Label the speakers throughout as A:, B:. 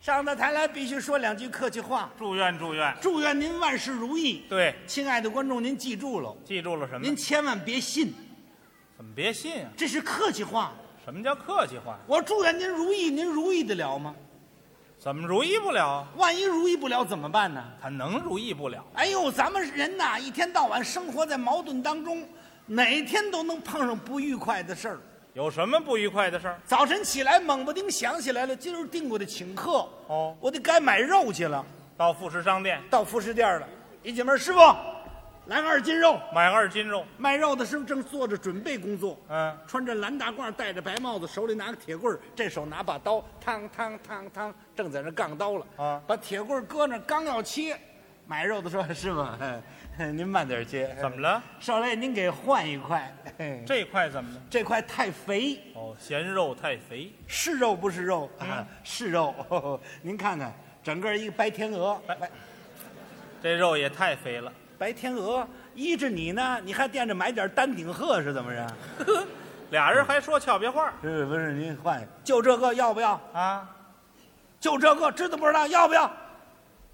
A: 上到台来必须说两句客气话。
B: 祝愿祝愿。
A: 祝愿您万事如意。
B: 对，
A: 亲爱的观众，您记住喽，
B: 记住了什么？
A: 您千万别信，
B: 怎么别信啊？
A: 这是客气话。
B: 什么叫客气话？
A: 我祝愿您如意，您如意得了吗？
B: 怎么如意不了啊？
A: 万一如意不了怎么办呢？
B: 他能如意不了？
A: 哎呦，咱们人呐，一天到晚生活在矛盾当中，哪天都能碰上不愉快的事儿。
B: 有什么不愉快的事儿？
A: 早晨起来，猛不丁想起来了，今儿定我得请客，
B: 哦，
A: 我得该买肉去了。
B: 到副食商店
A: 到副食店了，一进门，师傅，来二斤肉。
B: 买二斤肉。
A: 卖肉的师傅正做着准备工作，
B: 嗯，
A: 穿着蓝大褂，戴着白帽子，手里拿个铁棍儿，这手拿把刀，汤汤汤汤，正在那杠刀了
B: 啊
A: 把铁棍儿搁那儿，刚要切，买肉的说：“ 师傅，嘿您慢点切，
B: 怎么了？
A: 少爷您给换一块，嘿
B: 这块怎么了？
A: 这块太肥，
B: 哦，嫌肉太肥。
A: 是肉不是肉？啊，是肉 呵呵您看看，整个一个白天鹅，
B: 白
A: 白
B: 这肉也太肥了，
A: 白天鹅依着你呢，你还惦着买点丹顶鹤是怎么着？
B: 俩人还说俏皮话
A: 是不是？您换就这个要不要？
B: 啊！
A: 就这个知道不知道？要不要？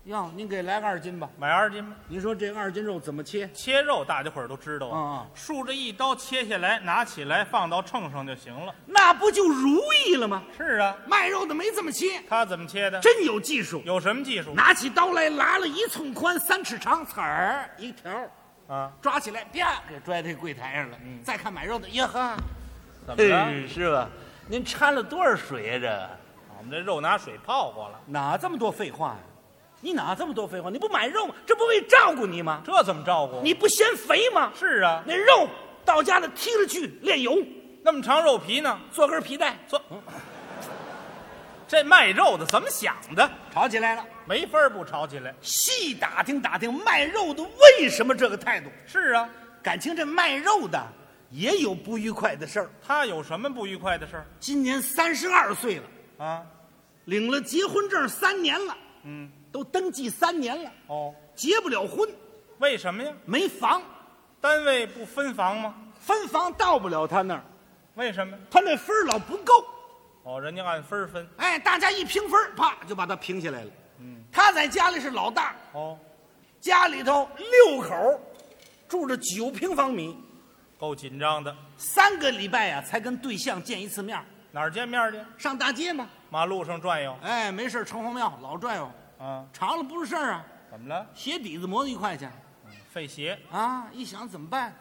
A: 要，您给来个二斤吧。
B: 买二斤吧，
A: 您说这二斤肉怎么切？
B: 切肉大家伙儿都知道啊
A: 嗯，
B: 竖着一刀切下来，拿起来放到秤上就行了。
A: 那不就如意了吗？
B: 是啊，
A: 卖肉的没这么切，
B: 他怎么切的？
A: 真有技术。
B: 有什么技术
A: 拿起刀来，拉了一寸宽，三尺长，刺儿一条，
B: 啊？
A: 抓起来，啪给拽到这柜台上了。再看买肉的，呀呵，
B: 怎么了？
A: 师傅，您掺了多少水呀、这
B: 我们这肉拿水泡过了，
A: 哪这么多废话呀、你哪这么多废话？你不买肉吗？这不为照顾你吗？
B: 这怎么照顾？
A: 你不嫌肥吗？
B: 是啊，
A: 那肉到家了，踢了去炼油，
B: 那么长肉皮呢？
A: 做根皮带，
B: 做这卖肉的怎么想的？
A: 炒起来了。
B: 没法儿不吵起来。
A: 细打听打听卖肉的为什么这个态度，
B: 是啊，
A: 感情这卖肉的也有不愉快的事儿。
B: 他有什么不愉快的事儿
A: 今年三十二岁了，
B: 啊？
A: 领了结婚证三年了，
B: 嗯，
A: 都登记三年了，
B: 哦，
A: 结不了婚，
B: 为什么呀？
A: 没房，
B: 单位不分房吗？
A: 分房到不了他那儿，
B: 为什么？
A: 他那分儿老不够。
B: 哦，人家按分儿分。
A: 哎，大家一平分儿，啪就把他平下来了。他在家里是老大，
B: 哦，
A: 家里头六口儿住着九平方米，
B: 够紧张的。
A: 三个礼拜呀、啊才跟对象见一次面儿，
B: 哪儿见面去？
A: 上大街嘛，
B: 马路上转悠
A: 哎，没事儿城隍庙老转悠，
B: 啊？
A: 长了不是事儿啊，
B: 怎么了？
A: 鞋底子磨了一块钱
B: 费鞋？
A: 啊，一想怎么办，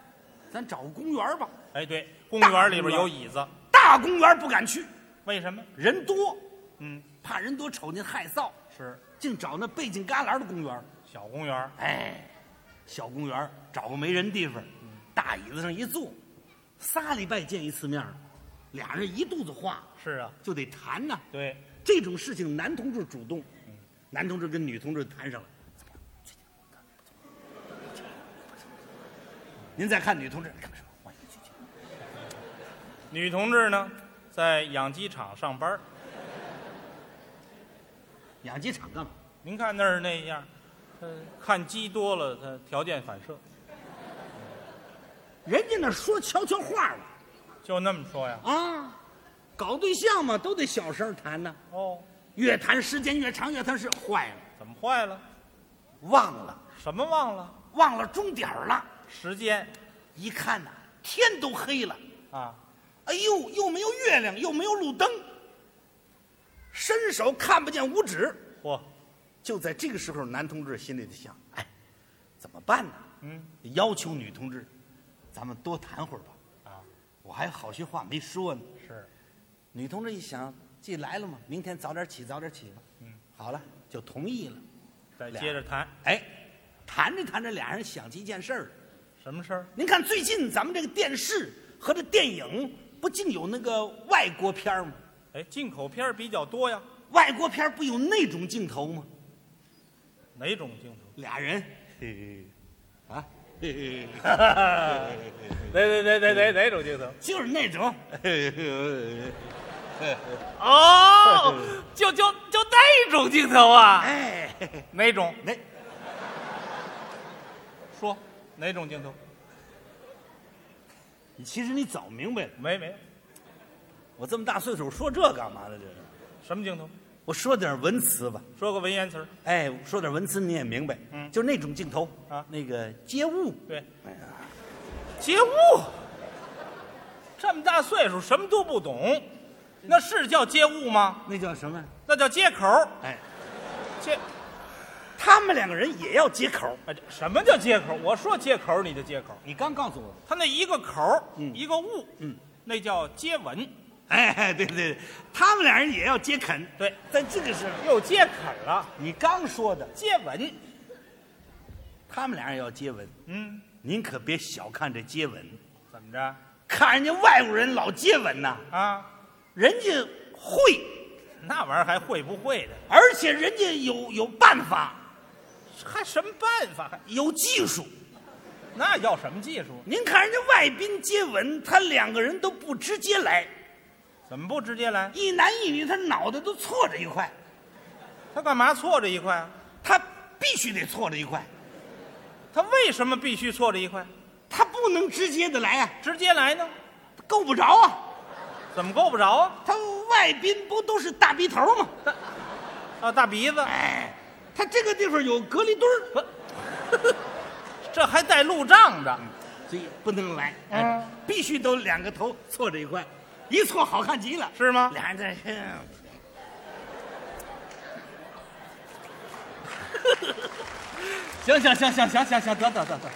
A: 咱找个公园儿吧，
B: 哎，对，公园里边
A: 大公
B: 有
A: 园
B: 椅子，
A: 大公园儿不敢去，
B: 为什么？
A: 人多，
B: 嗯，
A: 怕人多瞅见害臊，
B: 是
A: 净找那背景旮旯的公园儿，
B: 小公园。
A: 哎，小公园儿找个没人地方，大椅子上一坐，仨礼拜见一次面儿，俩人一肚子话
B: 是啊，
A: 就得谈呐、
B: 对，
A: 这种事情男同志主动，男同志跟女同志谈上了，您再看女同志，干嘛说？我也去去
B: 女同志呢，在养鸡场上班儿。
A: 养鸡场干嘛？
B: 您看那儿那样，呃，看鸡多了，它条件反射，
A: 人家那说悄悄话了
B: 就那么说呀。
A: 啊，搞对象嘛都得小声谈呢、
B: 哦，
A: 越谈时间越长，越谈是坏了，
B: 怎么坏了？
A: 忘了，
B: 什么忘了？
A: 忘了终点儿了。
B: 时间
A: 一看呐、天都黑了，
B: 啊，
A: 哎呦，又没有月亮，又没有路灯，伸手看不见五指。
B: 嚯，
A: 就在这个时候，男同志心里就想：哎，怎么办呢？
B: 嗯，
A: 要求女同志，咱们多谈会儿吧。
B: 啊，
A: 我还有好些话没说呢。
B: 是，
A: 女同志一想，既来了嘛，明天早点起，早点起吧。嗯，好了，就同意了。
B: 再接着谈
A: 哎，谈着谈着，俩人想起一件事儿来。
B: 什么事儿？
A: 您看最近咱们这个电视和这电影，不净有那个外国片儿吗？
B: 哎，进口片儿比较多呀，
A: 外国片儿不有那种镜头吗？
B: 哪种进口？
A: 俩人，啊，
B: 哪哪哪哪哪哪种镜头？
A: 就是那种。哎
B: 哦，就就就那种镜头啊？
A: 哎，
B: 哪种？
A: 那
B: 说哪种镜头？
A: 你其实你早明白了，
B: 没没，
A: 我这么大岁数说这干嘛呢？这是
B: 什么镜头？
A: 我说点文词吧，
B: 说个文言词儿，
A: 哎，说点文词你也明白，
B: 嗯
A: 就那种镜头
B: 啊
A: 那个街舞，
B: 对，
A: 哎呀，
B: 街舞，这么大岁数什么都不懂，那是叫街舞吗？
A: 那叫什么？
B: 那叫街口，
A: 哎，
B: 街，
A: 他们两个人也要接口。
B: 哎，这什么叫街口？我说街口，你就街口，
A: 你刚告诉我，
B: 他那一个口，一个物，
A: 嗯，
B: 那叫接吻，
A: 哎，对对对，他们俩人也要接啃。
B: 对，
A: 但这个是
B: 又接啃了，
A: 你刚说的，
B: 接吻，
A: 他们俩人要接吻，
B: 嗯，
A: 您可别小看这接吻，
B: 怎么着
A: 看人家外国人老接吻呐、
B: 啊？
A: 人家会，
B: 那玩意儿还会不会的？
A: 而且人家有有办法，
B: 还什么办法？还
A: 有技术。
B: 那要什么技术？
A: 您看人家外宾接吻，他两个人都不直接来，
B: 怎么不直接来？
A: 一男一女，他脑袋都错着一块，
B: 他干嘛错这一块啊？
A: 他必须得错着一块，
B: 他为什么必须错这一块？
A: 他不能直接的来啊，
B: 直接来呢？
A: 够不着啊。
B: 怎么够不着啊？
A: 他外宾不都是大鼻头吗？
B: 啊，大鼻子，
A: 哎，他这个地方有隔离墩儿，
B: 这还带路障的，
A: 所以不能来，
B: 嗯
A: 哎，必须都两个头错着一块，一错好看极了。
B: 是吗？
A: 俩人在这儿，
B: 嗯行行行行行行行，得得得得。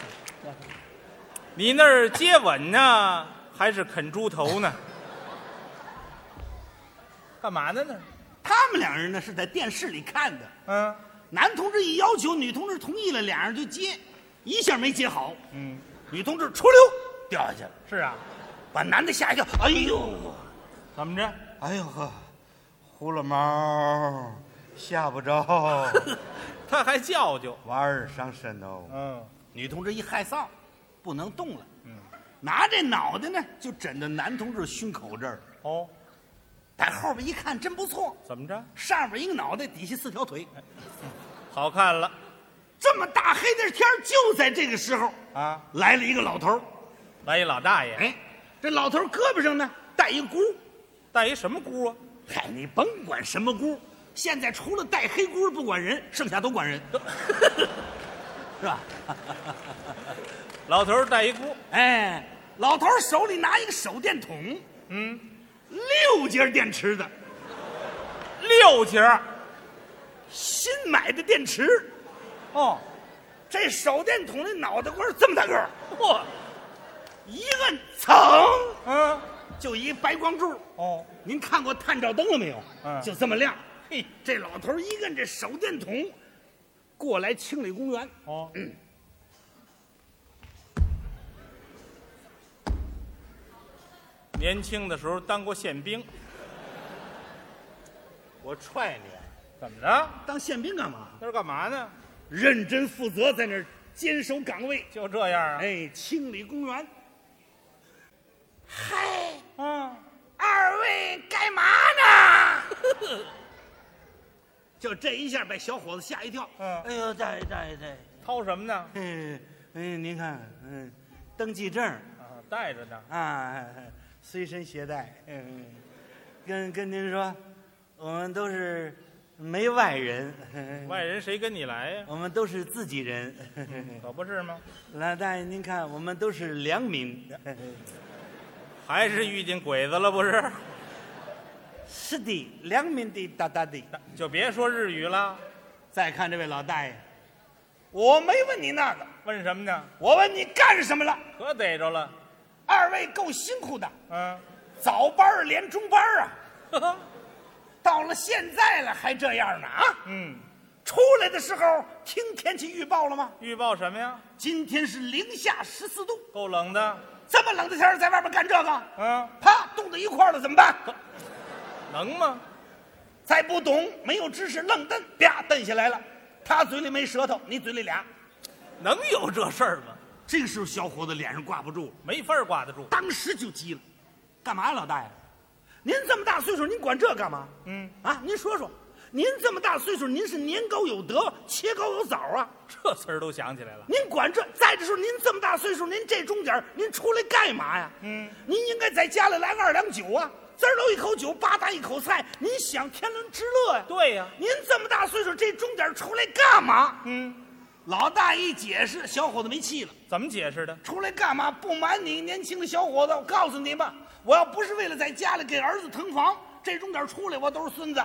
B: 你那儿接吻呢，还是啃猪头呢？干嘛呢那儿？
A: 他们两人呢是在电视里看的，
B: 嗯
A: 男同志一要求，女同志同意了，俩人就接，一下没接好，
B: 嗯，
A: 女同志出溜掉下去了，
B: 是啊，
A: 把男的吓一跳，哎呦，
B: 怎么着？
A: 哎呦呵，胡了毛，吓不着，
B: 他还叫究，
A: 玩儿伤身哦。
B: 嗯，
A: 女同志一害臊，不能动了，拿这脑袋呢就枕着男同志胸口这儿，
B: 哦，
A: 在哎后边一看真不错，
B: 怎么着？
A: 上边一个脑袋，底下四条腿，
B: 好看了
A: 这么大黑的天儿就在这个时候，
B: 啊！
A: 来了一个老头儿，
B: 来一老大爷，
A: 哎，这老头儿胳膊上呢带一箍，
B: 带一什么箍啊？
A: 嗨，你甭管什么箍，现在除了带黑箍儿不管人，剩下都管人，是吧？
B: 老头儿带一箍，
A: 哎，老头儿手里拿一个手电筒，
B: 嗯，
A: 六节电池的，
B: 六节儿
A: 新买的电池。
B: 哦，
A: 这手电筒的脑袋瓜儿这么大个儿，
B: 嚯，
A: 一摁噌
B: 嗯，
A: 就一白光柱。
B: 哦，
A: 您看过探照灯了没有？
B: 嗯
A: 就这么亮。嘿，这老头儿一摁这手电筒，过来清理公园。
B: 哦，年轻的时候当过宪兵，
A: 我踹你！
B: 怎么着？
A: 当宪兵干嘛？
B: 那是干嘛呢？
A: 认真负责，在那儿坚守岗位。
B: 就这样啊？
A: 哎，清理公园。嗨，
B: 嗯，
A: 二位干嘛呢？ 就这一下把小伙子吓一跳。
B: 嗯
A: 哎呦，大爷大爷大爷！
B: 掏什么呢？
A: 嗯，嗯，您看，嗯，登记证儿
B: 啊，带着呢。
A: 啊，随身携带。嗯，跟跟您说，我们都是没外人，
B: 外人谁跟你来呀、
A: 我们都是自己人。
B: 可不是吗？
A: 老大爷，您看，我们都是良民。
B: 还是遇见鬼子了不是？
A: 是的，良民的哒哒的。
B: 就别说日语了，
A: 再看这位老大爷，我没问你那个，
B: 问什么呢？
A: 我问你干什么了？
B: 可逮着了，
A: 二位够辛苦的，
B: 嗯，
A: 早班儿连中班儿啊，
B: 呵呵
A: 到了现在了还这样呢啊！
B: 嗯，
A: 出来的时候听天气预报了吗？
B: 预报什么呀？
A: 今天是零下十四度，
B: 够冷的，
A: 这么冷的天儿在外边干这个，
B: 啊，
A: 啪冻到一块儿了怎么办？
B: 能吗？
A: 再不懂没有知识愣蹬，啪蹬下来了。他嘴里没舌头，你嘴里俩。
B: 能有这事儿吗？
A: 这个时候，小伙子脸上挂不住了，
B: 没法儿挂得住。
A: 当时就急了：“干嘛呀，老大爷？您这么大岁数，您管这干嘛？
B: 嗯，
A: 啊，您说说，您这么大岁数，您是年高有德，切糕有枣啊，
B: 这词儿都想起来了。
A: 您管这？再者说，您这么大岁数，您这钟点儿您出来干嘛呀？
B: 嗯，
A: 您应该在家里来个二两酒啊，滋儿溜一口酒，吧嗒一口菜，您享天伦之乐呀、
B: 对呀、
A: 您这么大岁数，这钟点出来干嘛？
B: 嗯，
A: 老大一解释，小伙子没气了。
B: 怎么解释的？
A: 出来干嘛？不瞒你，年轻的小伙子，我告诉你吧，我要不是为了在家里给儿子腾房，这钟点出来我都是孙子。